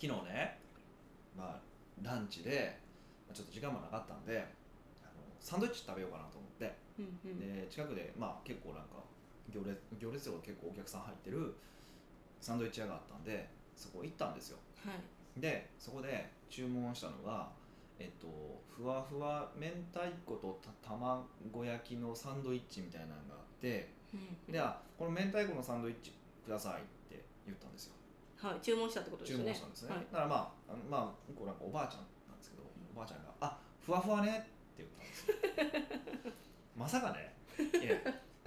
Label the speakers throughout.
Speaker 1: 昨日ね、まあ、ランチで、まあちょっと時間もなかったんであのサンドイッチ食べようかなと思って、
Speaker 2: うんうん
Speaker 1: で近くで、まあ、結構なんか行列行列とか結構お客さん入ってるサンドイッチ屋があったんでそこ行ったんですよ
Speaker 2: はい
Speaker 1: でそこで注文したのがえっとふわふわ明太子とた卵焼きのサンドイッチみたいなのがあって
Speaker 2: うん
Speaker 1: であこの明太子のサンドイッチくださいって言ったんですよ
Speaker 2: はい注文したってことです
Speaker 1: 注
Speaker 2: よね
Speaker 1: 文したんですね、
Speaker 2: はい
Speaker 1: だからまああのまあこうなんかおばあちゃんなんですけど、
Speaker 2: ん
Speaker 1: おばあちゃんが「あふわふわね」って言ったんですよまさかねいや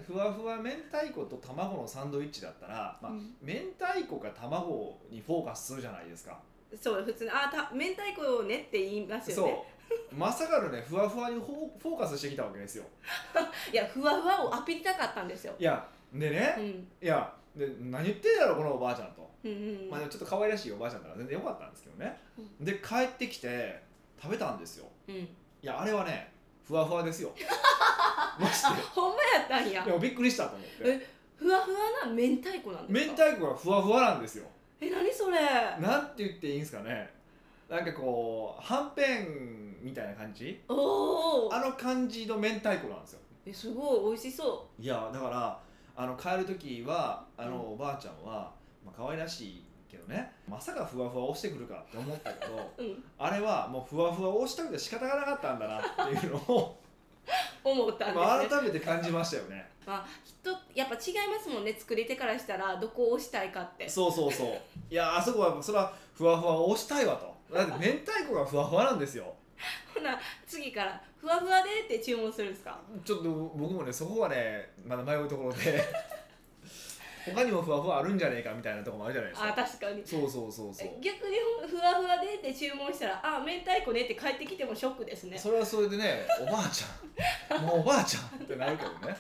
Speaker 1: ふわふわ明太子と卵のサンドイッチだったら、まあ
Speaker 2: うん
Speaker 1: 明太子が卵にフォーカスするじゃないですか
Speaker 2: そう普通にあた明太子をねって言いますよね
Speaker 1: そうまさかのねふわふわにフォーフォーカスしてきたわけですよ
Speaker 2: いやふわふわをアピりたかったんですよ
Speaker 1: いやでね、
Speaker 2: うん
Speaker 1: いやで何言ってんだろこのおばあちゃんと、
Speaker 2: うんうん
Speaker 1: まあ、でもちょっと可愛らしいおばあちゃんだから全然良かったんですけどね、
Speaker 2: う
Speaker 1: で帰ってきて食べたんですよ
Speaker 2: うん
Speaker 1: いやあれはねふわふわです よマジ
Speaker 2: あほんまやったん
Speaker 1: で
Speaker 2: や
Speaker 1: でもびっくりしたと思って
Speaker 2: えふわふわな明太子なんで
Speaker 1: 明
Speaker 2: すか
Speaker 1: 太子がふわふわなんですよ
Speaker 2: え何それ
Speaker 1: なんて言っていいんですかねなんかこうはんぺんみたいな感じ
Speaker 2: おお
Speaker 1: あの感じの明太子なんですよ
Speaker 2: えすごい美味しそ
Speaker 1: いやだからあの帰る時はあの
Speaker 2: うん
Speaker 1: おばあちゃんは、まあ可愛らしいけどねまさかふわふわ押してくるかって思ったけど
Speaker 2: ううん
Speaker 1: あれはもうふわふわ押したくて仕方がなかったんだなっていうのを、
Speaker 2: 思ったんですね、
Speaker 1: まあ、改めて感じましたよね
Speaker 2: まあ、人やっぱ違いますもんね作り手からしたらどこを押したいかって
Speaker 1: そうそうそういやあそこはそれはふわふわを押したいわとだって明太子がふわふわなんですよ
Speaker 2: ほな次から「ふわふわで」って注文するんですか
Speaker 1: ちょっと僕もねそこはねまだ迷うところで他にもふわふわあるんじゃねえかみたいなところもあるじゃないですか
Speaker 2: あ確かに
Speaker 1: そうそうそうそう
Speaker 2: え逆にふわふわでって注文したら「あ明太子ね」って帰ってきてもショックですね
Speaker 1: それはそれでねおばあちゃんもうおばあちゃんってなるけどね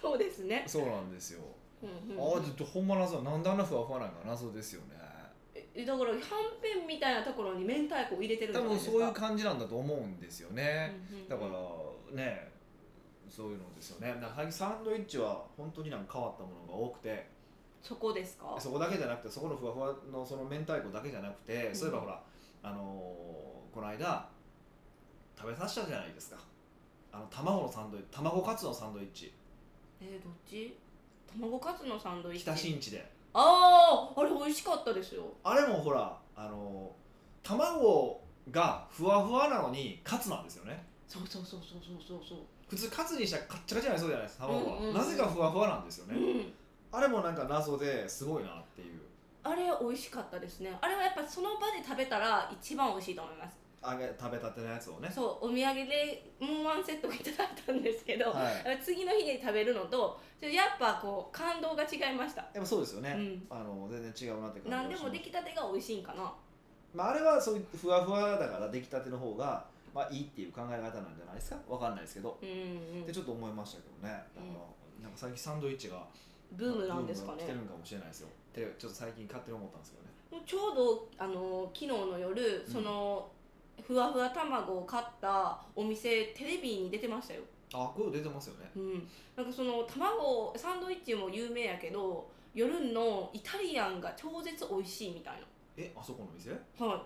Speaker 2: そうですね、
Speaker 1: そうなんですよ、
Speaker 2: うんう
Speaker 1: あ
Speaker 2: ん
Speaker 1: あ
Speaker 2: う
Speaker 1: ちょ
Speaker 2: ん
Speaker 1: っとほんま謎なんであんなふわふわなんか謎ですよね
Speaker 2: えだからはんぺんみたいなところに明太子を入れてるんじ
Speaker 1: 多
Speaker 2: ゃない
Speaker 1: 分
Speaker 2: です
Speaker 1: そ
Speaker 2: か
Speaker 1: ういう感じなんだと思うんですよね、
Speaker 2: うんうん
Speaker 1: だからねそういうのですよねだから最近サンドイッチは本当になんか変わったものが多くて
Speaker 2: そこですか
Speaker 1: そこだけじゃなくてそこのふわふわのその明太子だけじゃなくて、
Speaker 2: うん
Speaker 1: そういえばほらあのーこの間食べさせたじゃないですかあの卵のサンドイッチ卵カツのサンドイッチ
Speaker 2: えー、どっち卵かつのサンドイッチ
Speaker 1: 北新地で
Speaker 2: あああれ美味しかったですよ
Speaker 1: あれもほらあのー卵がふわふわなのにカツなんですよね
Speaker 2: そうそうそうそうそうそうそう
Speaker 1: 普通カツにしたらカッチャカチャになりそうじゃないですか卵は、
Speaker 2: うんうんうん
Speaker 1: なぜかふわふわなんですよね、
Speaker 2: うん
Speaker 1: あれもなんか謎ですごいなっていう
Speaker 2: あれ美味しかったですねあれはやっぱその場で食べたら一番美味しいと思います
Speaker 1: 揚げ食べたてのやつをね
Speaker 2: そうお土産でもうワンセットいただいたんですけど、
Speaker 1: はい
Speaker 2: 次の日に食べるのとちょやっぱこう感動が違いました、
Speaker 1: やっぱそうですよね、
Speaker 2: うん
Speaker 1: あの全然違うなって感じが
Speaker 2: 何で
Speaker 1: し
Speaker 2: も
Speaker 1: ます
Speaker 2: 出来たてが美味しいんかな
Speaker 1: まあ、あれはそういうふわふわだから出来たての方が、まあ、いいっていう考え方なんじゃないですかわかんないですけど、
Speaker 2: うんうん
Speaker 1: ってちょっと思いましたけどねだから、なんか最近サンドイッチが
Speaker 2: ブームなんですか
Speaker 1: ブーム
Speaker 2: ね
Speaker 1: が来てるんかもしれないですよってちょっと最近勝手に思ったんですけどね
Speaker 2: ちょうどあの昨日の夜その、ふわふわ卵を買ったお店テレビに出てましたよ
Speaker 1: あこういうの出てますよね
Speaker 2: うん、なんかその卵サンドイッチも有名やけど夜のイタリアンが超絶美味しいみたい
Speaker 1: えあそこの店
Speaker 2: なはい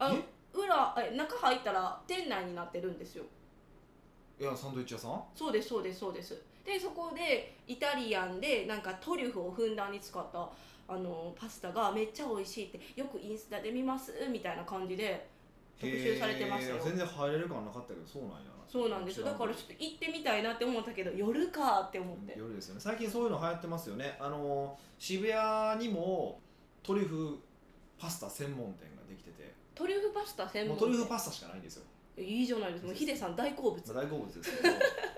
Speaker 2: あの
Speaker 1: え
Speaker 2: 裏え中入ったら店内になってるんですよ
Speaker 1: いやサンドイッチ屋さん
Speaker 2: そうですそうですそうですでそこでイタリアンでなんかトリュフをふんだんに使ったあのパスタがめっちゃ美味しいってよくインスタで見ますみたいな感じで特集されてましたよ
Speaker 1: へー全然入れる感なかったけどそうなんや
Speaker 2: そうなんですよだからちょっと行ってみたいなって思ったけど夜かって思って
Speaker 1: 夜ですよね最近そういうの流行ってますよねあの渋谷にもトリュフパスタ専門店ができてて
Speaker 2: トリュフパスタ専
Speaker 1: も
Speaker 2: 門
Speaker 1: うトリュ
Speaker 2: 店
Speaker 1: フパスタしかないん ですよ
Speaker 2: いいじゃないですかもうヒデさん大好物
Speaker 1: まあ大好物ですけ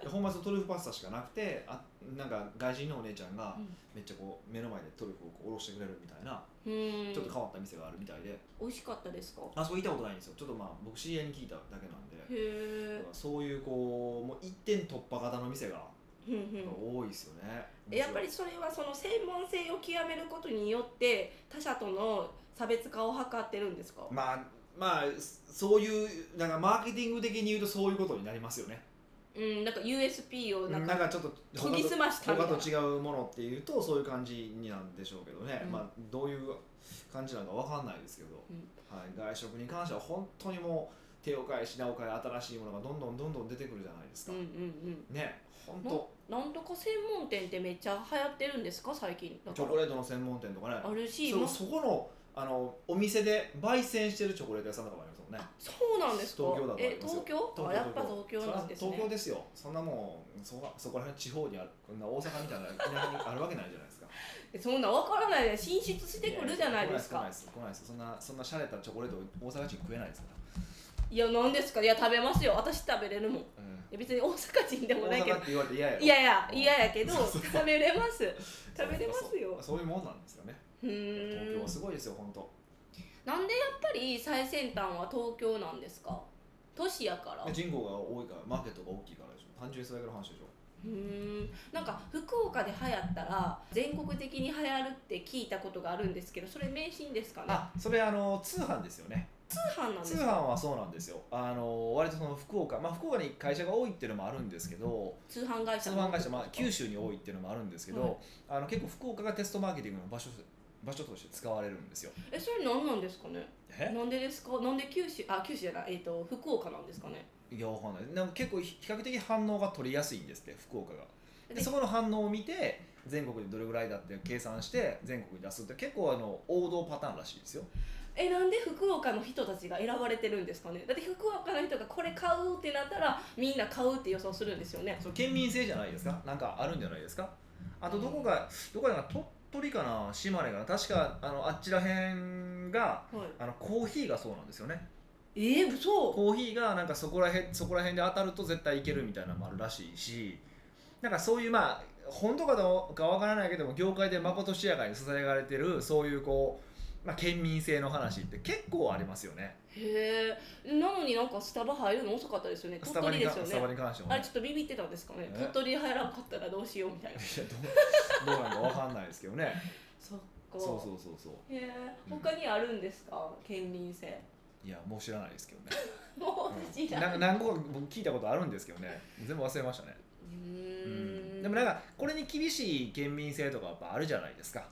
Speaker 1: どほんまにそのトリュフパスタしかなくてあなんか外人のお姉ちゃんが
Speaker 2: うん
Speaker 1: めっちゃこう目の前でトリュフをこうおろしてくれるみたいな、
Speaker 2: うーん
Speaker 1: ちょっと変わった店があるみたいで
Speaker 2: 美味しかったですか
Speaker 1: あそこ行ったことないんですよちょっとまあ僕知り合いに聞いただけなんで、
Speaker 2: へ
Speaker 1: だ
Speaker 2: え
Speaker 1: からそういうこうもう一点突破型の店が
Speaker 2: ふんふん
Speaker 1: 多いですよね、
Speaker 2: えやっぱりそれはその専門性を極めることによって他者との差別化を図ってるんですか
Speaker 1: まあまあそういうなんかマーケティング的に言うとそういうことになりますよね
Speaker 2: うん、なんか USP を
Speaker 1: な
Speaker 2: なん
Speaker 1: ん
Speaker 2: か
Speaker 1: かちょっと
Speaker 2: 研ぎ澄ましたみた
Speaker 1: 他
Speaker 2: いな
Speaker 1: と違うものっていうとそういう感じになんでしょうけどね、
Speaker 2: うん
Speaker 1: まあどういう感じなのかわかんないですけど、
Speaker 2: う
Speaker 1: はい、外食に関しては本当にもう手を変え品を変え新しいものがどんどんどんどん出てくるじゃないです
Speaker 2: う
Speaker 1: か、
Speaker 2: んうん
Speaker 1: ね本
Speaker 2: うん
Speaker 1: 当
Speaker 2: なんとか専門店ってめっちゃ流行ってるんですか最近だ
Speaker 1: チ
Speaker 2: か
Speaker 1: ョコ
Speaker 2: ら
Speaker 1: レートの専門店とかね
Speaker 2: あるし
Speaker 1: そ
Speaker 2: ま
Speaker 1: そこのあのお店で焙煎してるチョコレート屋さんとかもありますもんね
Speaker 2: あそうなんですか
Speaker 1: 東京だとあり
Speaker 2: え
Speaker 1: ますよ
Speaker 2: 東京あやっぱ東京なんです
Speaker 1: そりゃ東京
Speaker 2: ね
Speaker 1: ですよそんなもんそこそこら辺地方にあるこんな大阪みたいな田舎にあるわけないじゃないですか
Speaker 2: えそんなわからないで進出 してくるじゃないです
Speaker 1: 来な
Speaker 2: か
Speaker 1: いです来ないですそんなそんな洒落たチョコレート大阪人食えないですか
Speaker 2: いやなんですかいや食べますよ私食べれるもんい
Speaker 1: ら、
Speaker 2: や別に大阪人でもないけ
Speaker 1: 大阪
Speaker 2: ど
Speaker 1: って言われて嫌やろ
Speaker 2: いやいや
Speaker 1: うん
Speaker 2: 嫌やけど食べれます食べれます
Speaker 1: そう
Speaker 2: よ
Speaker 1: そうそういうもんなんですよね
Speaker 2: う
Speaker 1: 東
Speaker 2: ーん
Speaker 1: 京はすごいですよ本当
Speaker 2: なんでやっぱり最先端は東京なんですか都市やから
Speaker 1: 人口が多いからマーケットが大きいからでしょ単純にそれだけの話でしょ
Speaker 2: うーんなんか福岡で流行ったら全国的に流行るって聞いたことがあるんですけどそれ迷信ですかね
Speaker 1: あそれあの通販ですよね
Speaker 2: 通販なんです
Speaker 1: 通
Speaker 2: か
Speaker 1: 販はそうなんですよあの割とその福岡まあ福岡に会社が多いっていうのもあるんですけど
Speaker 2: 通販会
Speaker 1: 通
Speaker 2: 社
Speaker 1: 販会社、まあ、九州に多いっていうのもあるんですけど、
Speaker 2: はい
Speaker 1: あの結構福岡がテストマーケティングの場所場所として使われるんですよ
Speaker 2: えそれ何なんですかね
Speaker 1: え
Speaker 2: なんでですかなんで九州あ九州じゃないえっ、と福岡なんですかね
Speaker 1: いやわかんないなんか結構比較的反応が取りやすいんですって福岡がで
Speaker 2: で
Speaker 1: そこの反応を見て全国でどれぐらいだって計算して全国に出すって結構あの王道パターンらしいですよ
Speaker 2: えなんで福岡の人たちが選ばれてるんですかねだって福岡の人がこれ買うってなったらみんな買うって予想するんですよね
Speaker 1: その県民性じゃないですかなんかあるんじゃないですかあとどこかどこだか鳥取かな島根かな確かあのあっちらへんが
Speaker 2: は
Speaker 1: あのコーヒーがそうなんですよね
Speaker 2: いえー、嘘
Speaker 1: コーヒーがなんかそこらへんそこら辺で当たると絶対いけるみたいなのもあるらしいしなんかそういうまあ本当かどうかわからないけども業界でまことしやかに囁かれてるそういうこう、まあ、県民性の話って結構ありますよね
Speaker 2: へえなのになんかスタバ入るの遅かったですよね
Speaker 1: ス
Speaker 2: 鳥
Speaker 1: タバ
Speaker 2: 取
Speaker 1: に
Speaker 2: で
Speaker 1: か
Speaker 2: すよ
Speaker 1: スタバ
Speaker 2: ね
Speaker 1: に関しても
Speaker 2: あれ
Speaker 1: ね
Speaker 2: ちょっとビビってたんですかね
Speaker 1: え
Speaker 2: 鳥取入らんかったらどうしようみたいない
Speaker 1: やどうどうなんかわかんないですけど ね
Speaker 2: そっ
Speaker 1: そ
Speaker 2: か
Speaker 1: うそうそうそう
Speaker 2: へえ他にあるんですか県民性
Speaker 1: いやもう知らないですけどねう
Speaker 2: もう
Speaker 1: ん
Speaker 2: 知ら
Speaker 1: なん
Speaker 2: な
Speaker 1: か何
Speaker 2: い
Speaker 1: 個か僕聞いたことあるんですけどね全部忘れましたね、
Speaker 2: う
Speaker 1: う
Speaker 2: ー
Speaker 1: ん、
Speaker 2: ん
Speaker 1: でもなんかこれに厳しい県民性とかやっぱあるじゃないですか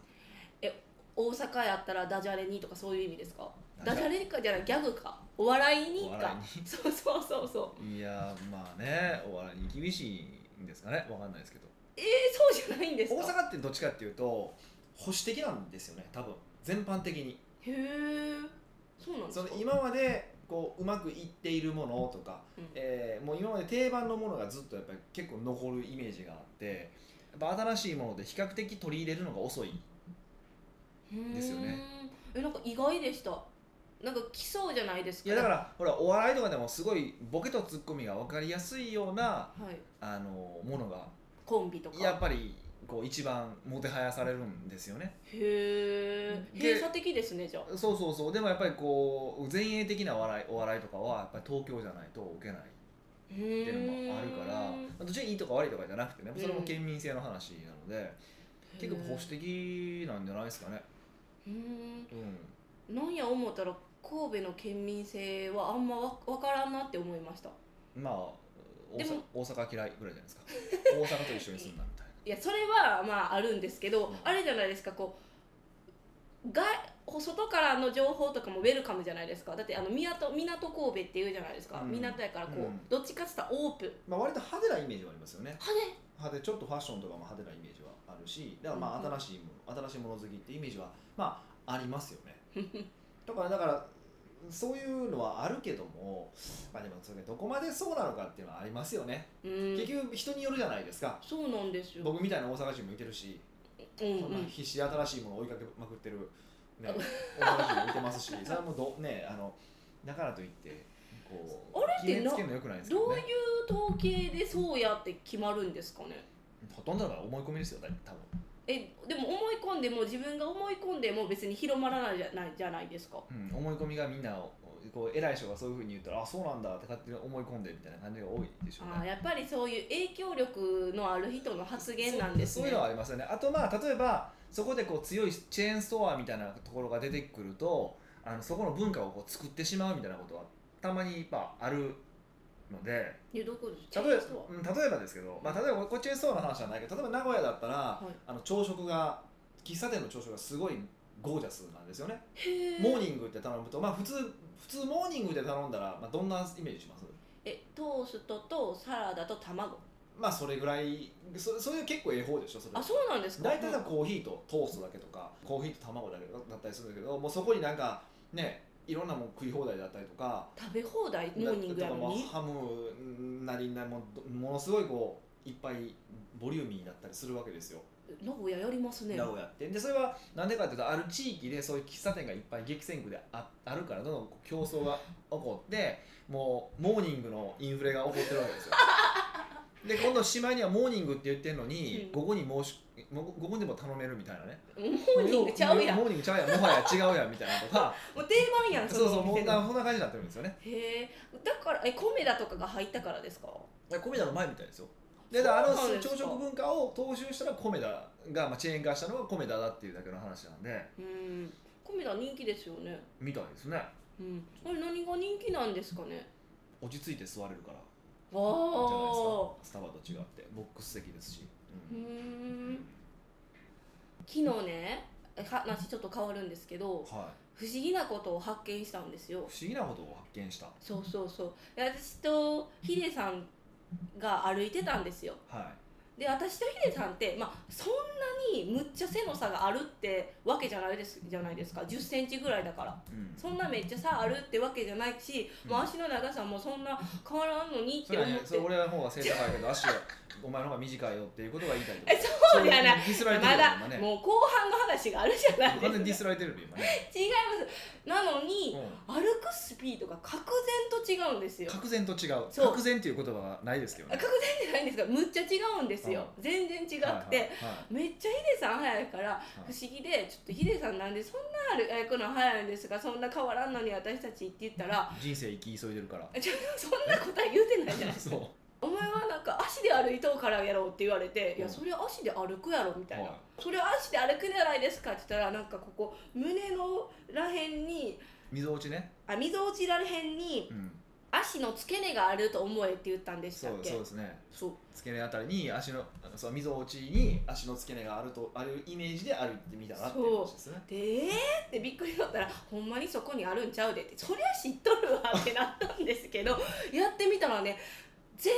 Speaker 2: 大阪やったらダジャレにとかそういう意味ですか
Speaker 1: な
Speaker 2: ダ
Speaker 1: んか
Speaker 2: ジャレかじゃないギャグかお笑いに
Speaker 1: お笑い
Speaker 2: か
Speaker 1: に
Speaker 2: そうそうそうそう
Speaker 1: いやーまあねお笑いに厳しいんですかねわかんないですけど
Speaker 2: えー、そうじゃないんです
Speaker 1: 大
Speaker 2: か
Speaker 1: 阪ってどっちかっていうと保守的なんですよね多分全般的に
Speaker 2: へえそうなんで
Speaker 1: そ
Speaker 2: す
Speaker 1: の
Speaker 2: か
Speaker 1: 今までこううまくいっているものとか、
Speaker 2: うん
Speaker 1: えーもう今まで定番のものがずっとやっぱり結構残るイメージがあってやっぱ新しいもので比較的取り入れるのが遅いですよね
Speaker 2: うーんえなんか意外でしたなんか来そうじゃないですか
Speaker 1: いやだからほらお笑いとかでもすごいボケとツッコミが分かりやすいような
Speaker 2: はい
Speaker 1: あのものが
Speaker 2: コンビとか
Speaker 1: やっぱりこう一番もてはやされるんですよね
Speaker 2: へえ
Speaker 1: で
Speaker 2: 閉鎖的ですねじゃあ
Speaker 1: そうそうそうでもやっぱりこう前衛的な笑いお笑いとかはやっぱり東京じゃないと受けないっ
Speaker 2: って
Speaker 1: て
Speaker 2: い
Speaker 1: いうのもあるからどっちがいいとか悪いとかじゃなくてね
Speaker 2: うん
Speaker 1: それも県民性の話なので、結構保守的なんじゃないですかね、
Speaker 2: うー
Speaker 1: うん
Speaker 2: んなんや思ったら神戸の県民性はあんまわわからんなって思いました
Speaker 1: まあ大
Speaker 2: で
Speaker 1: 阪
Speaker 2: も
Speaker 1: 大阪嫌いぐらいじゃないです か大阪と一緒に住んだみたいない
Speaker 2: やそれはまああるんですけど、
Speaker 1: うん
Speaker 2: あれじゃないですかこうが外からの情報とかもウェルカムじゃないですかだってあの港港神戸っていうじゃないですか、
Speaker 1: うん
Speaker 2: 港やからこう、
Speaker 1: うん
Speaker 2: どっちかっつったらオープン
Speaker 1: まあ割と派手なイメージはありますよね
Speaker 2: 派手
Speaker 1: 派手ちょっとファッションとかも派手なイメージはあるしだからま
Speaker 2: うんう
Speaker 1: あ
Speaker 2: ん
Speaker 1: 新しいもの、新しいもの好きってイメージはまあありますよ ねだからだからそういうのはあるけどもまあでもそれがどこまでそうなのかっていうのはありますよね、
Speaker 2: うん
Speaker 1: 結局人によるじゃないですか
Speaker 2: そうなんですよ。
Speaker 1: 僕みたいな大阪人もいてるし、
Speaker 2: うんう。
Speaker 1: そんなん必死で新しいものを追いかけまくってる、ね、大阪人もいてます しそれはもうどねあのだからといってこう
Speaker 2: あれって
Speaker 1: 決め
Speaker 2: な
Speaker 1: つけるのよくないですけ
Speaker 2: ど
Speaker 1: ど
Speaker 2: う
Speaker 1: ね
Speaker 2: いう統計でそうやって決まるんですかね。
Speaker 1: ほとんどだから思い込みですよだい多分
Speaker 2: え、でも思い込んでも自分が思い込んでも別に広まらないじゃないじゃないですか。
Speaker 1: うん、思い込みがみんなをこう偉い人がそういうふうに言ったらあそうなんだって勝手に思い込んでみたいな感じが多いでしょう
Speaker 2: あー
Speaker 1: ね。
Speaker 2: やっぱりそういう影響力のある人の発言なんです
Speaker 1: そうそう
Speaker 2: ね
Speaker 1: いうの。はありますよね。あとまあ例えばそこでこう強いチェーンストアみたいなところが出てくるとあのそこの文化をこう作ってしまうみたいなことはたまにやっぱあるので
Speaker 2: 湯どころ
Speaker 1: 例え
Speaker 2: チェーンソ
Speaker 1: うん例えばですけど、まあ、例えばこっちへそうな話じゃないけど例えば名古屋だったら、
Speaker 2: ーはい
Speaker 1: あの朝食が喫茶店の朝食がすごいゴージャスなんですよね
Speaker 2: へー
Speaker 1: モーニングって頼むと、まあ、普通普通モーニングで頼んだら、まあ、どんなイメージします
Speaker 2: えトーストとサラダと卵
Speaker 1: まあそれぐらいそそれ結構ええ方でしょそれ
Speaker 2: あそうなんですか
Speaker 1: 大体はコーヒーとトーストだけとかコーヒーと卵だけだったりするんだけどもうそこになんかねいろんなもん食い放題だったりとか
Speaker 2: 食べ放題モーニングや
Speaker 1: だから
Speaker 2: の
Speaker 1: もう
Speaker 2: に
Speaker 1: ハムなりなもうものすごいこういっぱいボリューミーだったりするわけですよ
Speaker 2: 名古屋やりますね
Speaker 1: 名古屋ってでそれはなんでかっていうとある地域でそういう喫茶店がいっぱい激戦区でああるからどんどん競争が起こってもうモーニングのインフレが起こってるわけ ですよで今度しまいにはモーニングって言ってるのに、
Speaker 2: うん
Speaker 1: 午後に申しもう午後でも頼めるみたいなね
Speaker 2: モーニングちゃうやん
Speaker 1: モ
Speaker 2: も
Speaker 1: ーニングちゃうやんもはや違うやんみたいなとか
Speaker 2: う定番やん
Speaker 1: そうそう
Speaker 2: のお
Speaker 1: もうそ
Speaker 2: 店
Speaker 1: ん
Speaker 2: の
Speaker 1: なそんな感じになってるんですよね
Speaker 2: へえだからえ米だとかが入ったからですか
Speaker 1: いやコメダの前みたいですよでだからあの
Speaker 2: そうなんですか
Speaker 1: 朝食文化を踏襲したらコメダが、まあ、チェーン化したのがコメダだっていうだけの話なんで
Speaker 2: うん米だ人気ですよね
Speaker 1: みたいですね
Speaker 2: うんこれ何が人気なんですかね
Speaker 1: 落ち着いて座れるから
Speaker 2: わ
Speaker 1: じゃないです
Speaker 2: あ
Speaker 1: かスタバと違ってボックス席ですし、
Speaker 2: う
Speaker 1: うん
Speaker 2: ん昨日ね話ちょっと変わるんですけど
Speaker 1: は
Speaker 2: 不思議なことを発見したんですよ
Speaker 1: い、不思議なことを発見した、
Speaker 2: そうそうそうで私とヒデさんが歩いてたんですよ
Speaker 1: は
Speaker 2: で私とヒデさんって、まあ、そんなにむっちゃ背の差があるってわけじゃないですじゃないですか1 0ンチぐらいだから
Speaker 1: いうん、
Speaker 2: そんなめっちゃ差あるってわけじゃないし、もう足の長さもそんな変わらんのにっ
Speaker 1: そ
Speaker 2: て
Speaker 1: れ
Speaker 2: 思
Speaker 1: は
Speaker 2: って、
Speaker 1: ねそれ俺の方が背高いけど足がお前の方が短いよっていうことが言いたいとか
Speaker 2: えそうじゃない
Speaker 1: そうディスら
Speaker 2: ま
Speaker 1: れてるよ
Speaker 2: だ
Speaker 1: 今ね
Speaker 2: もう後半の話があるじゃない
Speaker 1: 完全にデ
Speaker 2: で
Speaker 1: ィ
Speaker 2: す
Speaker 1: スられてるよ今ね、
Speaker 2: か違いますなのに
Speaker 1: う
Speaker 2: 歩くスピードが格然と違うんです
Speaker 1: ん、
Speaker 2: よ
Speaker 1: 確然と違う
Speaker 2: そう
Speaker 1: 確然っていう言葉はないですけどね
Speaker 2: 格然じゃないんですがむっちゃ違うんですよ、全然違くて、
Speaker 1: はいはいはい
Speaker 2: めっちゃヒデさん早いから不思議でちょっとヒデさんなんでそんな歩くの早いんですがそんな変わらんのに私たちって言ったら
Speaker 1: 人生生き急いでるから
Speaker 2: 「ちょそんな答え言うてないじゃないで すか
Speaker 1: そう
Speaker 2: お前はなんか足で歩いとうからやろ」って言われて「いや
Speaker 1: うん
Speaker 2: それ足で歩くやろ」みたいな
Speaker 1: はい
Speaker 2: 「それ足で歩くじゃないですか」って言ったらなんかここ胸のらへんに
Speaker 1: 溝落ちね、
Speaker 2: あ溝落ちらへんに
Speaker 1: うん、
Speaker 2: 足の付け根があると思えって言ったんでし
Speaker 1: そ
Speaker 2: た
Speaker 1: う
Speaker 2: っけ
Speaker 1: そうですね
Speaker 2: そう
Speaker 1: 付け根あたりに足のあのそう溝落ちに足の付け根があるとあるイメージで歩いてみたらっていう話ですね
Speaker 2: でえーってびっくりだったらほんまにそこにあるんちゃうでってそりゃ知っとるわってなったんですけど やってみたらね全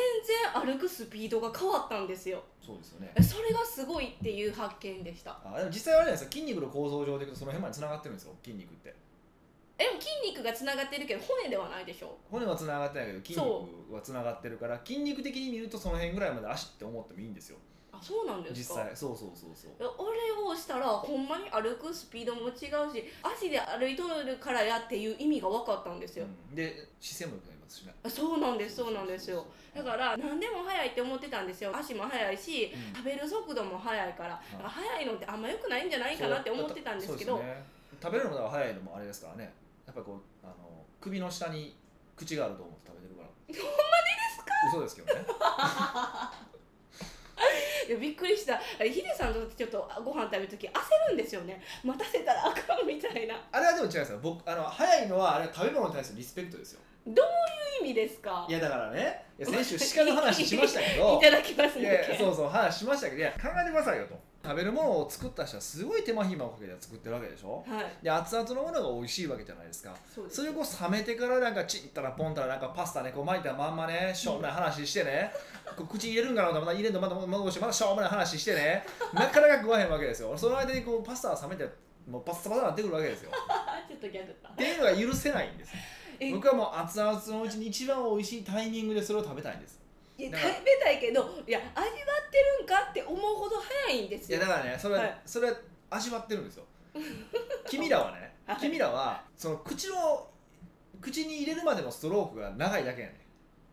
Speaker 2: 然歩くスピードが変わったんですよ
Speaker 1: そうですよね
Speaker 2: えそれがすごいっていう発見でした
Speaker 1: あでも実際はあれじゃないですか筋肉の構造上でいくとその辺までつながってるんですよ筋肉って
Speaker 2: えでも筋肉がつながってるけど骨ではないでしょ
Speaker 1: 骨はつながってないけど筋
Speaker 2: そ
Speaker 1: 肉はつながってるから筋肉的に見るとその辺ぐらいまで足って思ってもいいんですよ
Speaker 2: あそうなんです
Speaker 1: 実
Speaker 2: か
Speaker 1: 際そうそうそうそう
Speaker 2: えあれをしたらほんまに歩くスピードも違うし足で歩いとるからやっていう意味が分かったんですよ、
Speaker 1: うんで姿勢も良くなりますしね
Speaker 2: あそうなんですそうなんですよだからら何でも速いって思ってたんですよ足も速いし、
Speaker 1: うん
Speaker 2: 食べる速度も速いから、
Speaker 1: い
Speaker 2: だから速いのってあんま良くないんじゃないかなって思ってたんですけど
Speaker 1: そうね食べるのが早いのもあれですからねやっぱりこうあの首の下に口があると思って食べてるからほんまにですか嘘ですけどね
Speaker 2: いやびっくりしたヒデさんとちょっとご飯食べる時焦るんですよね待たせたらあかんみたいな
Speaker 1: あれはでも違うんですよ僕あの早いのはあれは食べ物に対するリスペクトですよ
Speaker 2: 意味ですか
Speaker 1: いやだからねいや先週鹿の話しましたけど
Speaker 2: いただきます
Speaker 1: い
Speaker 2: ね
Speaker 1: やいやそうそう話しましたけどいや考えてくださいよと食べるものを作った人はすごい手間暇をかけて作ってるわけでしょ
Speaker 2: はい
Speaker 1: で熱々のものが美味しいわけじゃないですか
Speaker 2: そうです
Speaker 1: それをこう冷めてからなんかチンたらポンたらなんかパスタねこう巻いたまんまねしょうもない話してねこう口入れるんかなと思ったら入れんとまた戻してまたしょうもない話してねなかなか食わへんわけですよその間にこうパスタは冷めてもうパスタパサになってくるわけですよっ
Speaker 2: あちょっとギャグだ
Speaker 1: ていうのが許せないんです
Speaker 2: えい
Speaker 1: 僕はもう熱々のうちに一番美味しいタイミングでそれを食べたいんです
Speaker 2: や食べ
Speaker 1: だから
Speaker 2: たいけどいや味わってるんかって思うほど早いんです
Speaker 1: いや
Speaker 2: よ
Speaker 1: だからねそれは、
Speaker 2: はい
Speaker 1: それは味わってるん ですよ君らはね
Speaker 2: はい
Speaker 1: 君らはその口の口に入れるまでのストロークが長いだけやね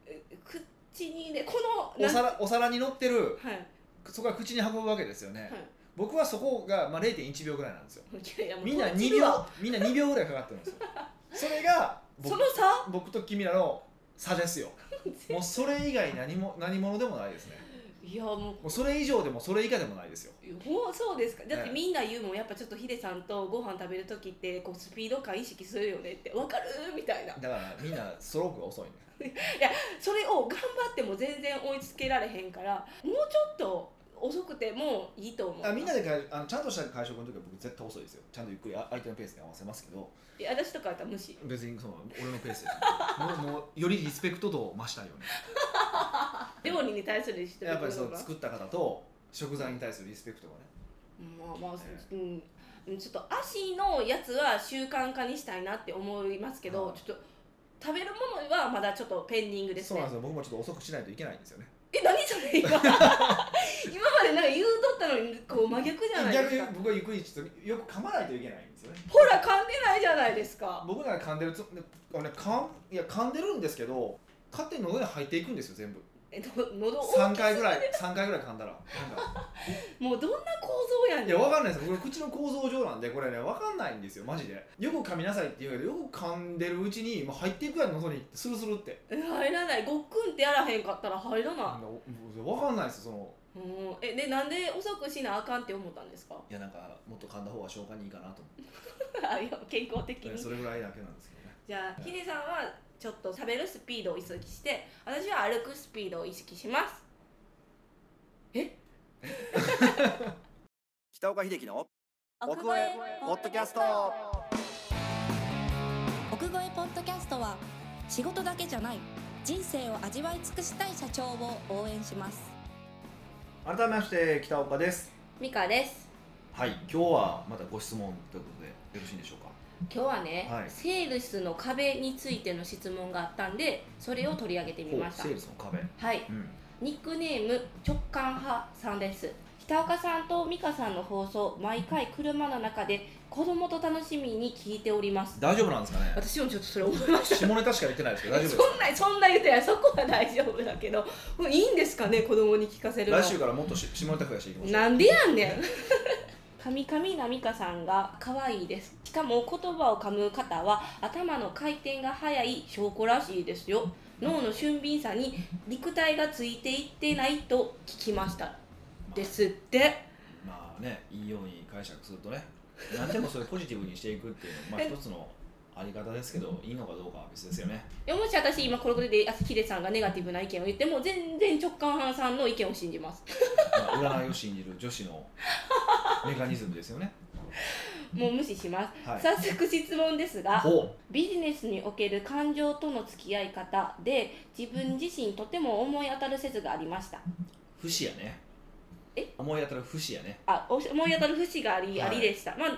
Speaker 2: え口にねこの
Speaker 1: お
Speaker 2: なん
Speaker 1: 皿お皿に乗ってる
Speaker 2: はい
Speaker 1: そこは口に運ぶわけですよね、
Speaker 2: はい
Speaker 1: 僕はそこが、まあ、0.1秒ぐらいなんですよ
Speaker 2: いやいやもう
Speaker 1: みんな
Speaker 2: こっち
Speaker 1: 2
Speaker 2: では
Speaker 1: 秒みんな2秒ぐらいかかって るんですよそれが
Speaker 2: そ
Speaker 1: 僕
Speaker 2: の差
Speaker 1: 僕と君らの差ですよもうそれ以外何も何者でもないですね
Speaker 2: いいやもう
Speaker 1: もうそれ以上でもそれ以下でもないですよ
Speaker 2: ほうそうですかだっ
Speaker 1: え
Speaker 2: て
Speaker 1: え
Speaker 2: みんな言うもんやっぱちょっとヒデさんとご飯食べる時ってこうスピード感意識するよねってわかるみたいな
Speaker 1: だからみんなストロークが遅いね
Speaker 2: それを頑張っても全然追いつけられへんからもうちょっと遅くてもいいと思う
Speaker 1: あみんなで会あのちゃんとした会食の時は僕絶対遅いですよちゃんとゆっくりあ相手のペースに合わせますけど
Speaker 2: いや私とかだったら無視
Speaker 1: 別にその俺のペー スですもうもうよりリスペクト度を増したいよね
Speaker 2: 料理に対する人
Speaker 1: やっぱりその
Speaker 2: が
Speaker 1: 作った方と食材に対するリスペクトがね
Speaker 2: まあまあ、
Speaker 1: え
Speaker 2: うんうん、ちょっと足のやつは習慣化にしたいなって思いますけど、
Speaker 1: はい
Speaker 2: ちょっと食べるものはまだちょっとペンディングです
Speaker 1: そう
Speaker 2: ね
Speaker 1: なんですよ僕もちょっと遅くしないといけないんですよね
Speaker 2: え何そ れ今今までなんか言うとったのにこう真逆じゃないです
Speaker 1: 逆
Speaker 2: か
Speaker 1: に僕はゆっくりちょっとよく噛まないといけないんですよね
Speaker 2: ほら噛んでないじゃないですか
Speaker 1: 僕なら噛んでるつあのね噛んいや噛んでるんですけど勝手に喉に入っていくんですよ全部
Speaker 2: えっと喉を
Speaker 1: 3回ぐらい3回ぐらい噛んだらなんか
Speaker 2: もうどんな構造やねん
Speaker 1: いや、わかんないです。これ口の構造上なんで、これね、わかんないんですよ、マジで。よく噛みなさいって言うけど、よく噛んでるうちに、もう入っていくやん、喉に、スルスルって。
Speaker 2: え入らないごっくんってやらへんかったら入ら
Speaker 1: な
Speaker 2: なん
Speaker 1: かおわかんないですよ、その。
Speaker 2: い、うん、えでなんで遅くしなあかんって思ったんですか
Speaker 1: いや、なんか、もっと噛んだ方が消化にいいかなと思っ
Speaker 2: あいや健康的
Speaker 1: て、
Speaker 2: に
Speaker 1: それぐらいだけなんですけどね。
Speaker 2: じゃあヒデさんはちょっと食べるスピードを意識して私は歩くスピードを意識します
Speaker 3: 北岡秀樹の奥越えポッドキャスト
Speaker 4: 奥越えポッドキャストは仕事だけじゃない人生を味わい尽くしたい社長を応援します
Speaker 1: 改めまして、北岡です。
Speaker 2: ミカです
Speaker 1: はい、今日はまたご質問ということで、よろしいんでしょうか。
Speaker 2: 今日はね、
Speaker 1: はい
Speaker 2: セールスの壁についての質問があったんでそれを取り上げてみました
Speaker 1: セールスの壁。
Speaker 2: はい
Speaker 1: うん。
Speaker 2: ニックネーム直感派さんです北岡さんと美香さんの放送毎回車の中で子供と楽しみに聞いております
Speaker 1: 大丈夫なんですかね。
Speaker 2: 私もちょっとそれ思いました
Speaker 1: 下ネタしか言ってないですけ ど、大丈夫です
Speaker 2: そんなそんな言うてないそこは大丈夫だけどもういいんですかね子供に聞かせるの
Speaker 1: 来週からもっとし下ネタ増やしていきましょう。
Speaker 2: なんでやんねんカミカミなみかさんが可愛いですしかも言葉を噛む方は頭の回転が速い証拠らしいですよ脳の俊敏さに肉体がついていってないと聞きましたですって
Speaker 1: まあねいいように解釈するとね何でもそれポジティブにしていくっていう のは、まあ、一つのあり方ですけどいいのかどうかは別ですよね
Speaker 2: いやもし私今これでヒデさんがネガティブな意見を言っても全然直感派さんの意見を信じます
Speaker 1: まあ、占いを信じる女子 のメカニズムですよね
Speaker 2: もう無視します、
Speaker 1: はい
Speaker 2: 早速質問ですが
Speaker 1: ほ
Speaker 2: ビジネスにおける感情との付き合い方で自分自身とても思い当たる説がありました
Speaker 1: う不死やね
Speaker 2: え
Speaker 1: 思い当たる不死やね
Speaker 2: あお思い当たる節があり、
Speaker 1: はい
Speaker 2: ありでしたまあ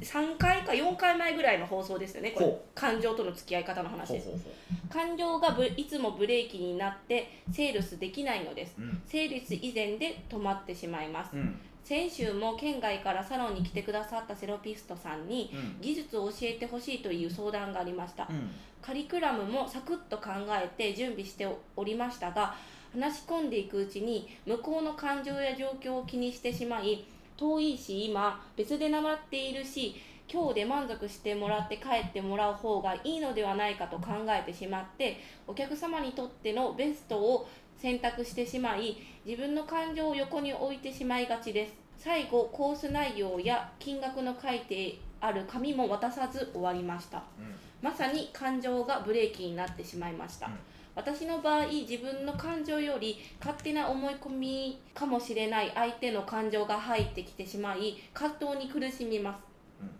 Speaker 2: 3回か4回前ぐらいの放送ですよねこれ
Speaker 1: ほ
Speaker 2: 感情との付き合い方の話
Speaker 1: ほう
Speaker 2: です
Speaker 1: ほうほ
Speaker 2: 感情がぶいつもブレーキになってセールスできないのです
Speaker 1: ううん
Speaker 2: セールス以前で止まってしまいま
Speaker 1: う
Speaker 2: す、
Speaker 1: ん
Speaker 2: 先週も県外からサロンに来てくださったセロピストさんに
Speaker 1: うん
Speaker 2: 技術を教えてほしいという相談がありました、
Speaker 1: うん
Speaker 2: カリキュラムもサクッと考えて準備しておりましたが話し込んでいくうちに向こうの感情や状況を気にしてしまい遠いし今別で習っているし今日で満足してもらって帰ってもらう方がいいのではないかと考えてしまってお客様にとってのベストを選択してしまい自分の感情を横に置いてしまいがちです最後コース内容や金額の書いてある紙も渡さず終わりました
Speaker 1: うん
Speaker 2: まさに感情がブレーキになってしまいました、
Speaker 1: うん
Speaker 2: 私の場合自分の感情より勝手な思い込みかもしれない相手の感情が入ってきてしまい葛藤に苦しみます、
Speaker 1: うん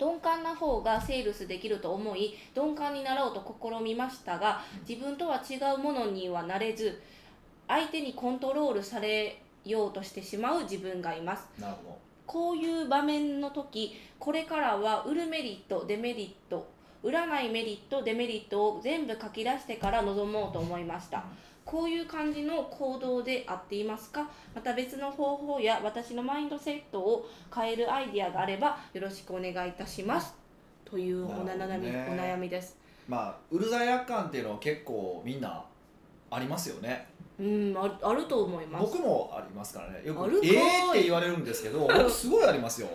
Speaker 2: 鈍感な方がセールスできると思い鈍感になろうと試みましたが自分とは違うものにはなれず相手にコントロールされようとしてしまう自分がいます
Speaker 1: なるほ
Speaker 2: こういう場面の時これからは売るメリットデメリット売らないメリットデメリットを全部書き出してから臨もうと思いましたこういう感じの行動で合っていますかまた別の方法や私のマインドセットを変えるアイディアがあればよろしくお願いいたしますというお
Speaker 1: なるほ
Speaker 2: 悩
Speaker 1: ど
Speaker 2: み,、
Speaker 1: ね
Speaker 2: お悩みです
Speaker 1: まあうる罪悪感っていうのは結構みんなありますよね
Speaker 2: うんあるあると思います
Speaker 1: 僕もありますからねよ
Speaker 2: あ
Speaker 1: く「
Speaker 2: るか
Speaker 1: え
Speaker 2: ーい
Speaker 1: え」って言われるんですけ ど僕すごいありますよ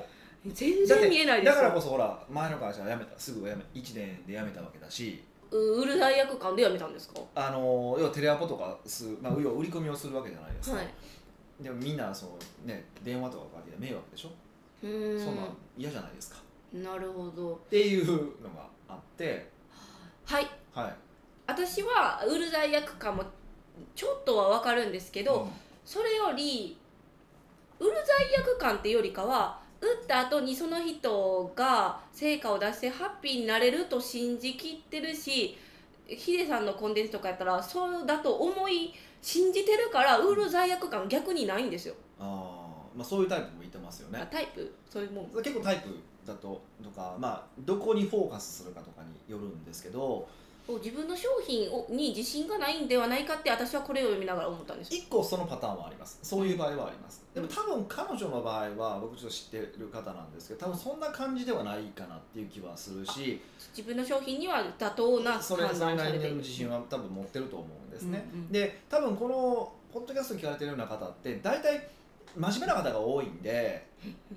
Speaker 2: 全
Speaker 1: だって
Speaker 2: 然見えないで
Speaker 1: だ
Speaker 2: す
Speaker 1: か
Speaker 2: よ
Speaker 1: らこそほら前の会社は辞めたすぐ辞め1年で辞めたわけだし
Speaker 2: う売る大役館でやめたんですか
Speaker 1: あの要はテレアポとかする、まあ、要は売り込みをするわけじゃないですか、
Speaker 2: はい
Speaker 1: でもみんなその、ね、電話とかかけて迷惑でしょ、
Speaker 2: うーん
Speaker 1: そんなん嫌じゃないですか
Speaker 2: なるほど
Speaker 1: っていうのがあって
Speaker 2: はい
Speaker 1: はい
Speaker 2: 私は売る大役館もちょっとは分かるんですけど、
Speaker 1: うん
Speaker 2: それより売る罪悪感ってよりかは打った後にその人が成果を出してハッピーになれると信じきってるしヒデさんのコンテンツとかやったらそうだと思い信じてるから売る罪悪感逆にないんですよ、
Speaker 1: あーまあ、そういうタイプもいてますよ
Speaker 2: あ
Speaker 1: ね
Speaker 2: タイプそういうもん
Speaker 1: 結構タイプだととか、まあ、どこにフォーカスするかとかによるんですけど
Speaker 2: 自分の商品をに自信がないんではないかって私はこれを読みながら思ったんです
Speaker 1: 一個そのパターンはありますそういう場合はありますでも多分彼女の場合は僕ちょっと知ってる方なんですけど多分そんな感じではないかなっていう気はするし
Speaker 2: 自分の商品には妥当な
Speaker 1: それ
Speaker 2: 判
Speaker 1: それ
Speaker 2: 断を
Speaker 1: な
Speaker 2: さ
Speaker 1: り
Speaker 2: れ
Speaker 1: に
Speaker 2: てい
Speaker 1: の
Speaker 2: る
Speaker 1: 自信は多分持ってると思うんですね、
Speaker 2: うんうん
Speaker 1: で多分このポッドキャスト聞かれてるような方って大体真面目な方が多いんで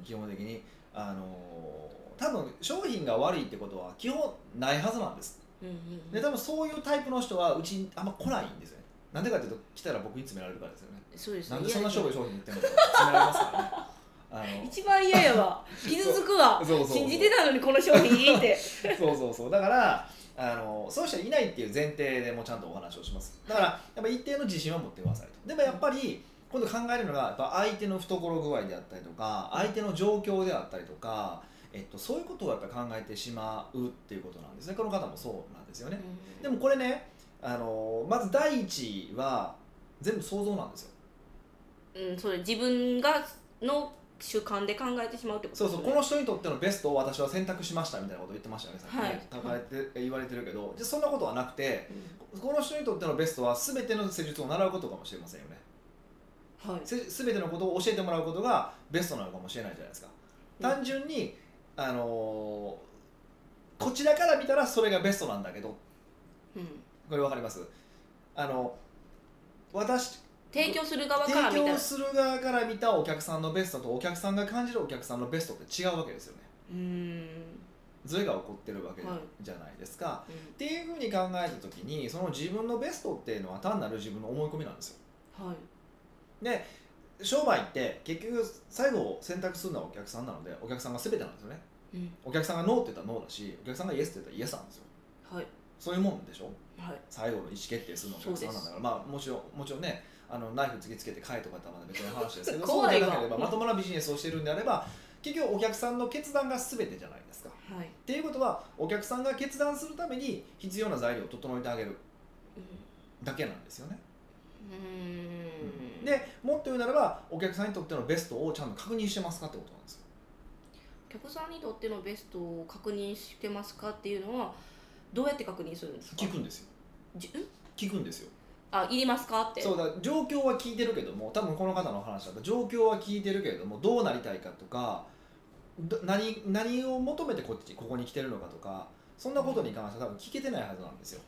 Speaker 1: 基本的にあのー多分商品が悪いってことは基本ないはずなんです
Speaker 2: うんうん
Speaker 1: で多分そういうタイプの人はうちにあんま来ないんですよねなんでかっていうと来たら僕に詰められるからですよね
Speaker 2: そうですね
Speaker 1: なんでそんな商品商品言ってんのって詰められますからね
Speaker 2: 一番嫌や わ傷つくわ
Speaker 1: あのそうそうそう
Speaker 2: 信じてたのにこの商品いいって
Speaker 1: そうそうそうだからあのそういう人はいないっていう前提でもうちゃんとお話をしますだからやっぱ一定の自信は持ってくださいとでもやっぱり今度考えるのがやっぱ相手の懐具合であったりとか相手の状況であったりとか、えっと、そういうことをやっぱ考えてしまうっていうことなんですねこの方もそうなん ですよねでもこれねあのまず第一は全部想像なんですよ
Speaker 2: うんそれ自分がの主観で考えてしまうってこと
Speaker 1: そうそうこ
Speaker 2: の
Speaker 1: の人にとってのベストを私は選択しましたみたいなことを言ってましたよね、さっきね
Speaker 2: はい
Speaker 1: 書かれて言われてるけどじゃあそんなことはなくてこの人にとってのベストは全ての施術を習うことかもしれませんよね
Speaker 2: はい
Speaker 1: せ全てのことを教えてもらうことがベストなのかもしれないじゃないですか単純に、あのーこちらから見たらそれがベストなんだけど
Speaker 2: うん
Speaker 1: これ分かりますあの私
Speaker 2: 提供する側から見
Speaker 1: 提
Speaker 2: たら
Speaker 1: 供する側から見たお客さんのベストとお客さんが感じるお客さんのベストって違うわけですよね
Speaker 2: うーん
Speaker 1: ズレが起こってるわけ
Speaker 2: はい
Speaker 1: じゃないですか、っていうふうに考えた時にその自分のベストっていうのは単なる自分の思い込みなんですよ
Speaker 2: うんはい
Speaker 1: 商売って結局最後選択するのはお客さんなのでお客さんが全てなんですよね
Speaker 2: うん
Speaker 1: お客さんがノーって言ったらノーだしお客さんがイエスって言ったらイエスなんですよ
Speaker 2: はい
Speaker 1: そういうもんでしょ
Speaker 2: はい
Speaker 1: 最後の意思決定するのはお客さんなんだからまあもちろんもちろんねあのナイフ突きつけて買えとかだったらまだ別の話ですけどそう
Speaker 2: 怖
Speaker 1: じ
Speaker 2: い
Speaker 1: ゃ
Speaker 2: わ
Speaker 1: なければまともなビジネスをしてるんであれば結局お客さんの決断が全てじゃないですかっ
Speaker 2: はい
Speaker 1: ていうことはお客さんが決断するために必要な材料を整えてあげるだけなんですよね
Speaker 2: うんうーん
Speaker 1: でもっと言うならばお客さんにとってのベストをちゃんと確認してますかってことなんですよ
Speaker 2: お客さんにとってのベストを確認してますかっていうのはどうやって確認するんですか
Speaker 1: 聞くんですよ
Speaker 2: じうん
Speaker 1: 聞くんですよ
Speaker 2: あいりますかって
Speaker 1: そうだ状況は聞いてるけども多分この方の話だと状況は聞いてるけれどもどうなりたいかとかど何何を求めてこっちここに来てるのかとかそんなことに関しては多分聞けてないはずなんですよ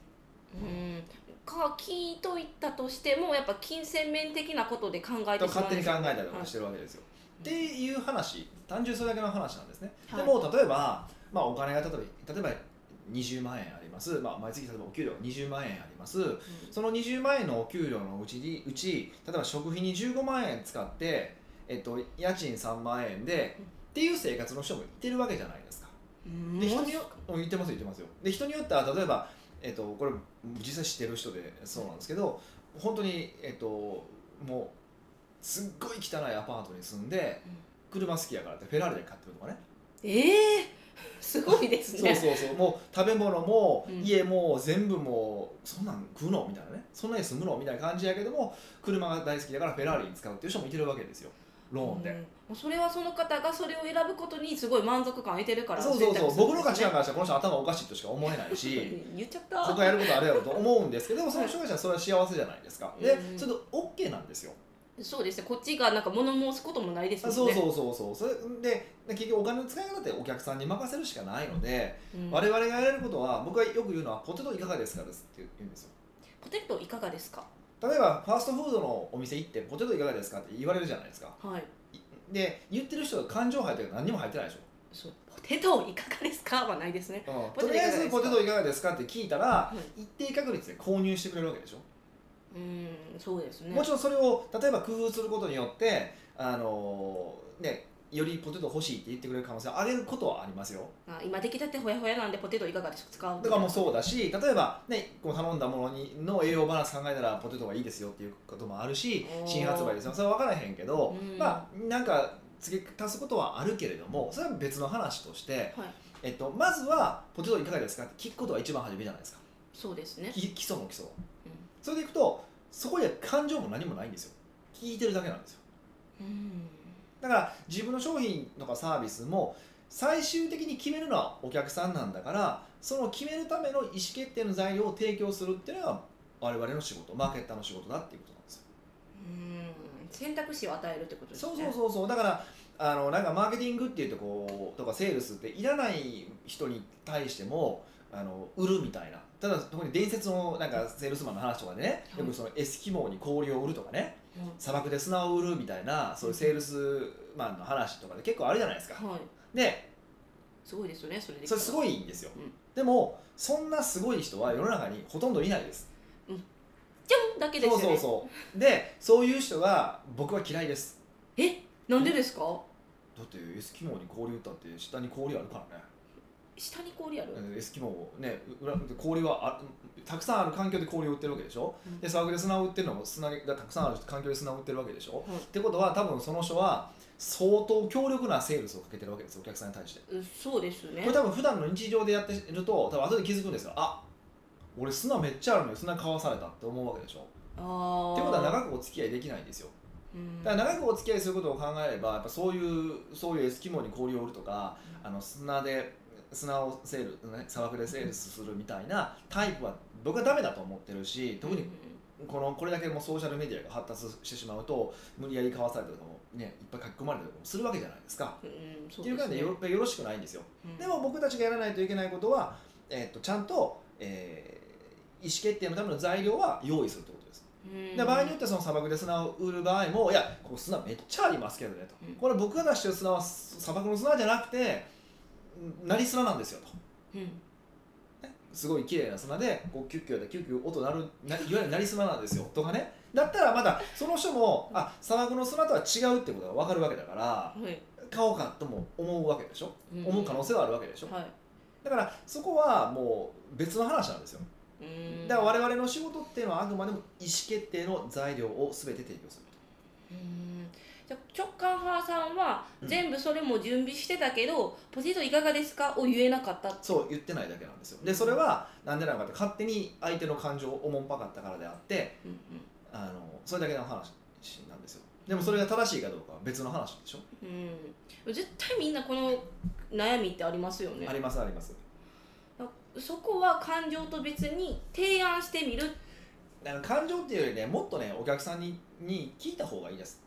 Speaker 2: うんか聞いといたとしてもやっぱ金銭面的なことで考えてしま
Speaker 1: 勝
Speaker 2: うん
Speaker 1: 手
Speaker 2: で
Speaker 1: に
Speaker 2: す
Speaker 1: 考
Speaker 2: よ
Speaker 1: えたりとかしてるわけですよ、っていう話単純にそれだけの話なんですね、
Speaker 2: はい
Speaker 1: でも例えば、まあ、お金が例えば例えば20万円あります、まあ、毎月例えばお給料が20万円あります、その20万円のお給料のうちにうち例えば食費に15万円使って、えっと、家賃3万円で、
Speaker 2: うん
Speaker 1: っていう生活の人もいてるわけじゃないですか。
Speaker 2: うん
Speaker 1: で人にようん言ってますよ言ってますよ。で人によっては例えば、えっと、これ実際知ってる人でそうなんですけど本当に、えっと、もうすっごい汚いアパートに住んで
Speaker 2: うん
Speaker 1: 車好きやからってフェラーリで買ってるとかね
Speaker 2: ええすごいです
Speaker 1: そう
Speaker 2: ね
Speaker 1: そうそうもう食べ物も
Speaker 2: うん
Speaker 1: 家も全部もうそんなん食うのみたいなねそんなに住むのみたいな感じやけども車が大好きだからフェラーリに使うっていう人もいてるわけですよローンで、
Speaker 2: うんもうそれはその方がそれを選ぶことにすごい満足感得てるから
Speaker 1: そうそうそう僕の価値観
Speaker 2: が
Speaker 1: からしたらこの人頭おかしいとしか思えないし
Speaker 2: 言っちゃった
Speaker 1: そこはやることあるやろと思うんですけどでもその人たちはそれは幸せじゃないですかで
Speaker 2: うん
Speaker 1: それと OK なんですよ
Speaker 2: そうですねこっちがなんか物申すこともないですもんね
Speaker 1: そうそうそうそうそれでで結局お金の使い方ってお客さんに任せるしかないので
Speaker 2: うん
Speaker 1: 我々がやれることは僕がよく言うのはポテトいかがですかですって言うんですよ
Speaker 2: ポテトいかがですか
Speaker 1: 例えばファーストフードのお店行ってポテトいかがですかって言われるじゃないですか
Speaker 2: はい
Speaker 1: で言ってる人は感情入ってるから何にも入ってないでしょ
Speaker 2: そうポテトいかがですかはないですね
Speaker 1: うん
Speaker 2: ポテ
Speaker 1: と
Speaker 2: ト
Speaker 1: り
Speaker 2: い
Speaker 1: あ
Speaker 2: かが
Speaker 1: え
Speaker 2: ですか
Speaker 1: ずポテトいかがですかって聞いたら、
Speaker 2: は
Speaker 1: 一定確率で購入してくれるわけでしょ、
Speaker 2: うーんそうですね
Speaker 1: もちろんそれを例えば工夫することによってあのーねよりポテト欲しいって言ってくれる可能性を上げることはありますよ
Speaker 2: あ今出来たてほやほやなんでポテトいかがですか
Speaker 1: だからもうそうだし例えばねこう頼んだものにの栄養バランス考えたらポテトがいいですよっていうこともあるし
Speaker 2: おー
Speaker 1: 新発売ですよそれは分からへんけど、
Speaker 2: うん
Speaker 1: まあなんか付け足すことはあるけれどもそれは別の話として、
Speaker 2: はい
Speaker 1: えっと、まずはポテトいかがですかって聞くことが一番初めじゃないですか
Speaker 2: そうですね
Speaker 1: き基礎も基礎、
Speaker 2: うん
Speaker 1: それでいくとそこには感情も何もないんですよ聞いてるだけなんですよ
Speaker 2: うん
Speaker 1: だから自分の商品とかサービスも最終的に決めるのはお客さんなんだからその決めるための意思決定の材料を提供するっていうのが我々の仕事マーケッターの仕事だっていうことなんですよ。
Speaker 2: うん選択肢を与えるってことですね
Speaker 1: そうそうそうそうだからあのなんかマーケティングっていうとこうとかセールスっていらない人に対してもあの売るみたいなただ特に伝説のなんかセールスマンの話とかでねよくそのエスキモーに氷を売るとかね
Speaker 2: う
Speaker 1: 砂漠で砂を売るみたいなそういうセールスマンの話とかで結構あるじゃないですか。
Speaker 2: んはい
Speaker 1: です
Speaker 2: ごいですよねそれで
Speaker 1: それすご
Speaker 2: い
Speaker 1: いんですよ、
Speaker 2: うん
Speaker 1: でもそんなすごい人は世の中にほとんどいないです
Speaker 2: じゃんだけですよね
Speaker 1: そうそうそうでそういう人が僕は嫌いです
Speaker 2: えなんでですか
Speaker 1: だってエスキモーに氷打ったって下に氷あるからね、
Speaker 2: 下に氷ある、
Speaker 1: うんエスキモーをねう裏氷はあたくさんある環境で氷を売ってるわけでしょ
Speaker 2: うん
Speaker 1: で砂漠で砂を売ってるのも砂がたくさんある環境で砂を売ってるわけでしょ、
Speaker 2: はい
Speaker 1: ってことは多分その人は相当強力なセールスをかけてるわけですよお客さんに対して
Speaker 2: うんそうですね
Speaker 1: これ多分普段の日常でやってると多分後で気づくんですよあ俺砂めっちゃあるのに砂かわされたって思うわけでしょって
Speaker 2: ああ
Speaker 1: ことは
Speaker 2: く、
Speaker 1: 長くお付き合いできないんですよ
Speaker 2: うん、
Speaker 1: だから長くお付き合いすることを考えればやっぱそういうそういうエスキモーに氷を売るとかあの砂で砂をセール、ね、砂漠でセールスするみたいなタイプは僕はダメだと思ってるし特にこのこれだけもうソーシャルメディアが発達してしまうと無理やりかわされたりとかも、ね、いっぱい書き込まれたりとかもするわけじゃないですか。
Speaker 2: うん、うんそ
Speaker 1: っ
Speaker 2: う
Speaker 1: ていう
Speaker 2: で
Speaker 1: 感
Speaker 2: す
Speaker 1: じ
Speaker 2: ね
Speaker 1: でよよろしくないんですよ。
Speaker 2: うん
Speaker 1: でも僕たちがやらないといけないことは、えー、とちゃんと、えー意思決定のための材料は用意するってことです。
Speaker 2: うん
Speaker 1: で場合によってはその砂漠で砂を売る場合もいやここ砂めっちゃありますけどねと、
Speaker 2: うん
Speaker 1: これ僕が出してる砂は砂漠の砂じゃなくてん何砂なんですよと。
Speaker 2: うん
Speaker 1: すごい綺麗な砂でこうキュッキュッキュッキュッ音鳴るないわゆる鳴り砂なんですよとかねだったらまだその人もあ砂漠の砂とは違うってことが分かるわけだから
Speaker 2: はい
Speaker 1: 買おうかとも思うわけでしょ
Speaker 2: うん
Speaker 1: 思う可能性はあるわけでしょ
Speaker 2: はい
Speaker 1: だからそこはもう別の話なんですよ
Speaker 2: うん
Speaker 1: だから我々の仕事っていうのはあくまでも意思決定の材料を全て提供する
Speaker 2: うんじゃあ直感派さんは
Speaker 1: うん
Speaker 2: 全部それも準備してたけど、ポテトいかがですかを言えなかった
Speaker 1: そう言ってないだけなんですよでそれはなんでなのかって勝手に相手の感情をおもんぱかったからであって
Speaker 2: うん
Speaker 1: あのそれだけの話なんですよでもそれが正しいかどうかは別の話でしょ、
Speaker 2: うん、うん、絶対みんなこの悩みってありますよね
Speaker 1: ありますあります
Speaker 2: そこは感情と別に提案してみる
Speaker 1: だから感情っていうよりねもっとねお客さんにに聞いた方がいいです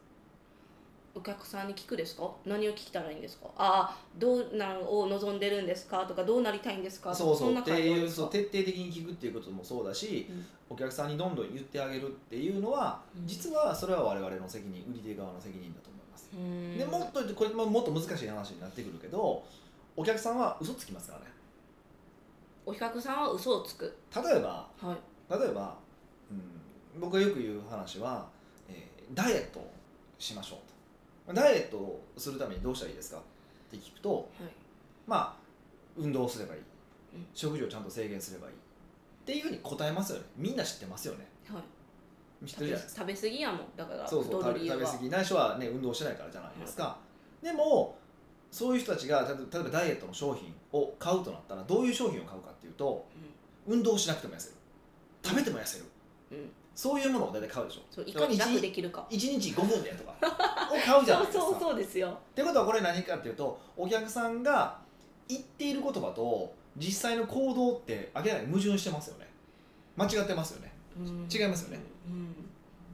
Speaker 2: お客さんに聞くですか何を聞いたらいいんですかああどうなんを望んでるんですかとかどうなりたいんですかとか
Speaker 1: そうそ
Speaker 2: ん
Speaker 1: う
Speaker 2: な
Speaker 1: って
Speaker 2: 会話
Speaker 1: い
Speaker 2: で
Speaker 1: う
Speaker 2: す
Speaker 1: そう
Speaker 2: か
Speaker 1: 徹底的に聞くっていうこともそうだし、お客さんにどんどん言ってあげるっていうのは
Speaker 2: うん
Speaker 1: 実はそれは我々の責任売り手側の責任だと思います、
Speaker 2: うん
Speaker 1: でもっとこれももっと難しい話になってくるけどお客さんは嘘つきますからね
Speaker 2: お客さんは嘘をつく
Speaker 1: 例えば
Speaker 2: はい
Speaker 1: 例えば、うん、僕がよく言う話は、えーダイエットをしましょうとダイエットをするためにどうしたらいいですかって聞くと
Speaker 2: はい
Speaker 1: まあ運動をすればいい、
Speaker 2: うん
Speaker 1: 食事をちゃんと制限すればいいっていうふうに答えますよねみんな知ってますよね
Speaker 2: はい
Speaker 1: 知って
Speaker 2: 食
Speaker 1: るじゃ
Speaker 2: べ
Speaker 1: ないですか
Speaker 2: 食べ過ぎやもんだから
Speaker 1: そうそう
Speaker 2: 太
Speaker 1: 食
Speaker 2: る
Speaker 1: べ
Speaker 2: 理由
Speaker 1: 食べ
Speaker 2: は
Speaker 1: 過ぎないしはね運動してないからじゃないですか、でもそういう人たちが例えばダイエットの商品を買うとなったらどういう商品を買うかっていうと運動しなくても痩せる食べても痩せる、
Speaker 2: うん
Speaker 1: そういうものを大体買うでしょ
Speaker 2: そういかに楽できるか
Speaker 1: 1日5分でとか を買うじゃないうで
Speaker 2: そ
Speaker 1: すか
Speaker 2: そうそうですよ
Speaker 1: ってことはこれ何かっていうとお客さんが言っている言葉と実際の行動って明らかに矛盾してますよね間違ってますよね違いますよね、
Speaker 2: うん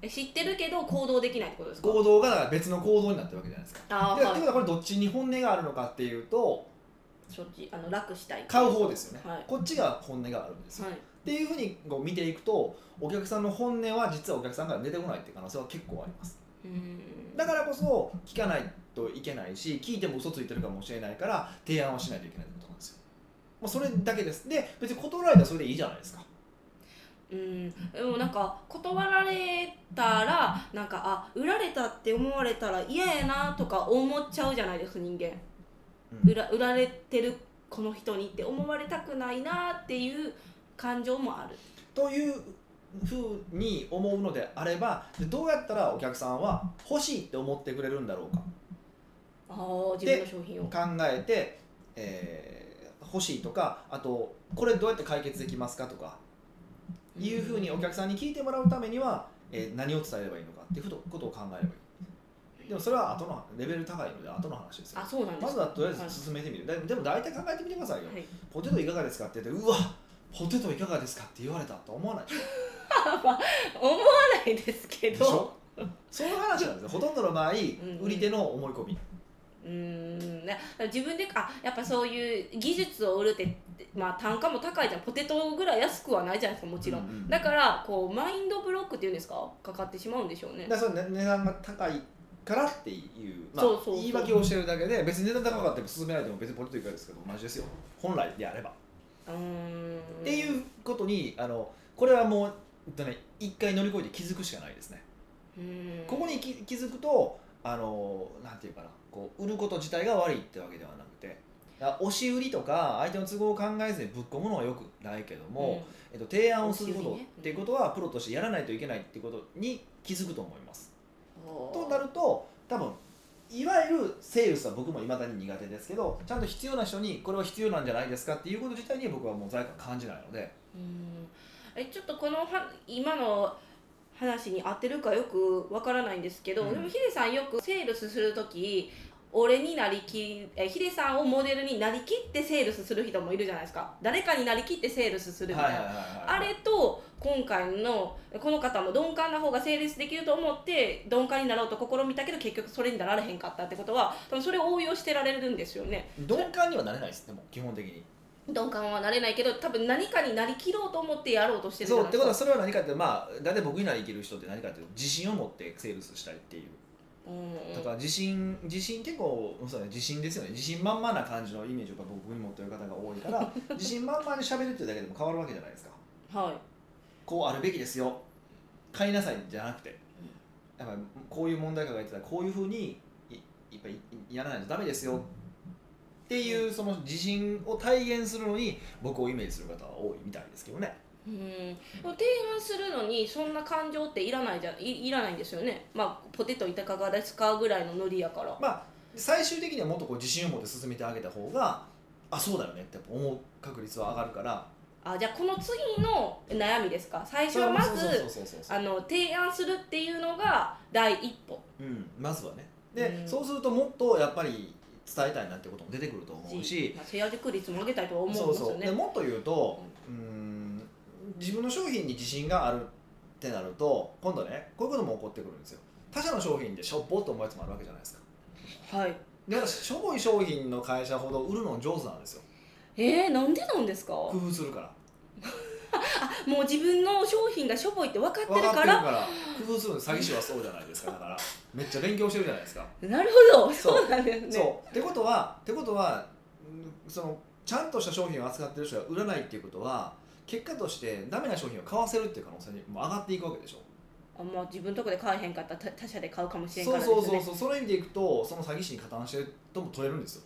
Speaker 2: え知ってるけど行動できないってことですか
Speaker 1: 行動が別の行動になってるわけじゃないですか
Speaker 2: あ
Speaker 1: で
Speaker 2: ー
Speaker 1: ってこと
Speaker 2: は
Speaker 1: はこれどっちに本音があるのかっていうと
Speaker 2: いそっちあの楽したい
Speaker 1: 買う方ですよね、
Speaker 2: はい
Speaker 1: こっちが本音があるんですよ、
Speaker 2: はい
Speaker 1: っていうふうにこう見ていくとお客さんの本音は実はお客さんから出てこないっていう可能性は結構あります
Speaker 2: うん
Speaker 1: だからこそ聞かないといけないし聞いても嘘ついてるかもしれないから提案をしないといけないってことなんですよもうそれだけですで別に断られたらそれでいいじゃないですか
Speaker 2: うん、でもなんか断られたらなんかあ売られたって思われたら嫌やなとか思っちゃうじゃないですか人間
Speaker 1: うん
Speaker 2: 売ら売られてるこの人にって思われたくないなっていう感情もある
Speaker 1: というふうに思うのであればでどうやったらお客さんは欲しいって思ってくれるんだろうか
Speaker 2: あー自分の商品を
Speaker 1: 考えて、えー欲しいとかあとこれどうやって解決できますかとかいうふうにお客さんに聞いてもらうためには、えー何を伝えればいいのかっていうことを考えればいいでもそれは後のレベル高いので後の話ですよ
Speaker 2: あそうなんで
Speaker 1: ますず
Speaker 2: か
Speaker 1: はとりあえず進めてみる、だいでも大体考えてみてくださいよ、
Speaker 2: はい、
Speaker 1: ポテトいかがですかって言ってうわポテトいかがですかって言われたと思わないでし
Speaker 2: 思わないですけ
Speaker 1: ょで
Speaker 2: ど
Speaker 1: しょそういう話なんですよほとんどの場合
Speaker 2: ん
Speaker 1: 売り手の思い込み
Speaker 2: うーんな自分であやっぱそういう技術を売るって、まあ、単価も高いじゃんポテトぐらい安くはないじゃないですかもちろ
Speaker 1: う
Speaker 2: ん、
Speaker 1: んうん
Speaker 2: だからこうマインドブロックっていうんですかかかってしまうんでしょうね
Speaker 1: だからそれね値段が高いからっていう、まあ、
Speaker 2: そうそうそう
Speaker 1: 言い訳をしてるだけで別に値段高かったら進められても別にポテトいかがですけど同じですよ本来であれば、
Speaker 2: うーん
Speaker 1: っていうことにあのこれはもう、えっとね、一回乗り越えて気づくしかないですね
Speaker 2: うーん
Speaker 1: ここに気気づくとあのなんていうかなこう売ること自体が悪いってわけではなくてあ押し売りとか相手の都合を考えずにぶっ込むのはよくないけども、えっと、提案をすること、
Speaker 2: 押し売りねうん
Speaker 1: っていうことはプロとしてやらないといけないっていうことに気づくと思います。
Speaker 2: うんおー
Speaker 1: となると多分いわゆるセールスは僕もいまだに苦手ですけどちゃんと必要な人にこれは必要なんじゃないですかっていうこと自体に僕はもう罪悪感感じないので
Speaker 2: うーんえちょっとこのは今の話に合ってるかよくわからないんですけど、
Speaker 1: うん
Speaker 2: でもヒデさんよくセールスする時俺になりきえヒデさんをモデルになりきってセールスする人もいるじゃないですか誰かになりきってセールスするみたいな、あれと今回のこの方も鈍感な方が成立できると思って鈍感になろうと試みたけど結局それになられへんかったってことは多分それを応用してられるんですよね
Speaker 1: 鈍感にはなれないですでも基本的に。
Speaker 2: 鈍感はなれないけど多分何かになりきろうと思ってやろうとしてるじゃ
Speaker 1: そうっ
Speaker 2: ない
Speaker 1: て
Speaker 2: で
Speaker 1: こ
Speaker 2: す
Speaker 1: とは
Speaker 2: か
Speaker 1: それは何かってまあ大体僕になり生きる人って何かっていうと自信を持ってセールスしたいっていう
Speaker 2: うん
Speaker 1: だから自信自信結構そうだね自信ですよね自信満々な感じのイメージをやっぱ僕に持ってる方が多いから 自信満々に喋るっていうだけでも変わるわけじゃないですか
Speaker 2: はい
Speaker 1: こうあるべきですよ買いなさいじゃなくてやっぱりこういう問題抱えてたらこういうふうにいいっぱいやらないとダメですよっていうその自信を体現するのに僕をイメージする方は多いみたいですけどね
Speaker 2: うん、でも提案するのにそんな感情っていらないじゃいいらないんですよねまあポテトいたかがですかぐらいのノリやから
Speaker 1: まあ、最終的にはもっとこう自信を持って進めてあげた方があそうだよねってやっぱ思う確率は上がるから
Speaker 2: あじゃあこの次の悩みですか最初はま
Speaker 1: それは
Speaker 2: ず
Speaker 1: もうそうそうそうそう
Speaker 2: あの提案するっていうのが第一歩
Speaker 1: うん、まずはねで、
Speaker 2: うん
Speaker 1: そうするともっとやっぱり伝えたいなってことも出てくると思うし、
Speaker 2: まあ、制圧確率も上げたいとは思うん
Speaker 1: そう
Speaker 2: です
Speaker 1: そ
Speaker 2: よ
Speaker 1: う
Speaker 2: ね
Speaker 1: でもっと言うとうん自分の商品に自信があるってなると今度ねこういうことも起こってくるんですよ他社の商品でしょぼっと思うやつもあるわけじゃないですか
Speaker 2: はい
Speaker 1: で私しょぼい商品の会社ほど売るの上手なんですよ
Speaker 2: えー、なんでなんですか
Speaker 1: 工夫するから
Speaker 2: もう自分の商品がしょぼいって分かって
Speaker 1: 分
Speaker 2: る
Speaker 1: かって
Speaker 2: か
Speaker 1: る
Speaker 2: ら
Speaker 1: から工夫するの詐欺師はそうじゃないですかだからめっちゃ勉強してるじゃないですか、
Speaker 2: なるほど
Speaker 1: そう
Speaker 2: そうなんですね
Speaker 1: そうってことはってことはうんそのちゃんとした商品を扱ってる人が売らないっていうことは結果としてダメな商品を買わせるっていう可能性にも上がっていくわけでしょ
Speaker 2: あまあ自分とこで買えへんかったら他他社で買うかもしれんか
Speaker 1: そ
Speaker 2: ら
Speaker 1: う
Speaker 2: です
Speaker 1: そ
Speaker 2: ね
Speaker 1: うそうそうその意味でいくとその詐欺師に加担してるとも取れるん ですよ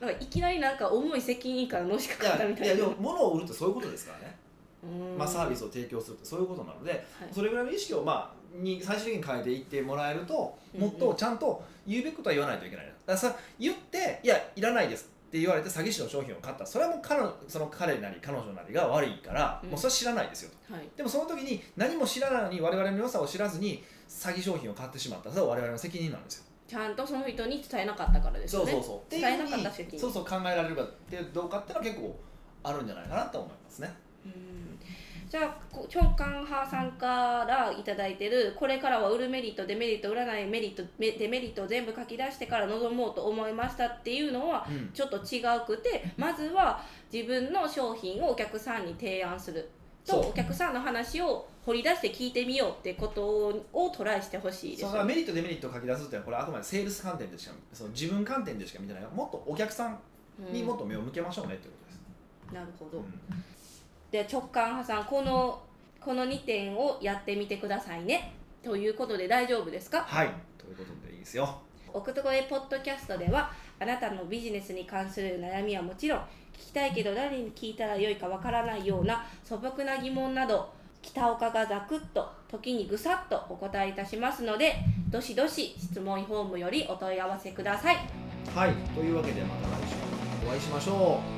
Speaker 2: なんかいきなりなんか重い責任感がのしか
Speaker 1: い
Speaker 2: か
Speaker 1: や
Speaker 2: ったみた
Speaker 1: いや
Speaker 2: い
Speaker 1: で
Speaker 2: な
Speaker 1: も物を売るってそういうことですからね、
Speaker 2: うん
Speaker 1: まあ、サービスを提供するってそういうことなので
Speaker 2: はい
Speaker 1: それぐらいの意識をまあに最終的に変えていってもらえると
Speaker 2: うん
Speaker 1: も
Speaker 2: うん
Speaker 1: っとちゃんと言うべきことは言わないといけないなだからさ言って「いやいらないです」って言われて詐欺師の商品を買ったらそれはもう彼のその彼なり彼女なりが悪いから、
Speaker 2: うん
Speaker 1: もうそれは知らないですよと
Speaker 2: はい
Speaker 1: でもその時に何も知らないのに我々の良さを知らずに詐欺商品を買ってしまったらそれは我々の責任なんですよ
Speaker 2: ちゃんとその人に伝えなかったからですよね
Speaker 1: そうっていう
Speaker 2: 伝えな
Speaker 1: ふう
Speaker 2: かっ
Speaker 1: に
Speaker 2: た責任
Speaker 1: そうそう考えられるかってどうかっていうのは結構あるんじゃないかなと思いますね
Speaker 2: うんじゃあこ長官派さんからいただいてるこれからは売るメリットデメリット売らないメリットメデメリットを全部書き出してから臨もうと思いましたっていうのは
Speaker 1: うん
Speaker 2: ちょっと違うくてまずは自分の商品をお客さんに提案すると
Speaker 1: そう
Speaker 2: お客さんの話を掘り出して聞いてみようってことをトライしてほしいです
Speaker 1: そう
Speaker 2: よ
Speaker 1: だからメリットデメリットを書き出すっていうのはこれはあくまでセールス観点でしかその自分観点でしか見てないよもっとお客さん
Speaker 2: うん
Speaker 1: にもっと目を向けましょうねってことです、
Speaker 2: なるほ
Speaker 1: う
Speaker 2: ど、
Speaker 1: ん
Speaker 2: で直感派さんこのこの2点をやってみてくださいねということで大丈夫ですか
Speaker 1: はいということでいいですよ
Speaker 2: 奥と声ポッドキャストではあなたのビジネスに関する悩みはもちろん聞きたいけど誰に聞いたらよいかわからないような素朴な疑問など北岡がザクッと時にぐさっとお答えいたしますのでどしどし質問フォームよりお問い合わせください
Speaker 1: はいというわけでまた来週お会いしましょう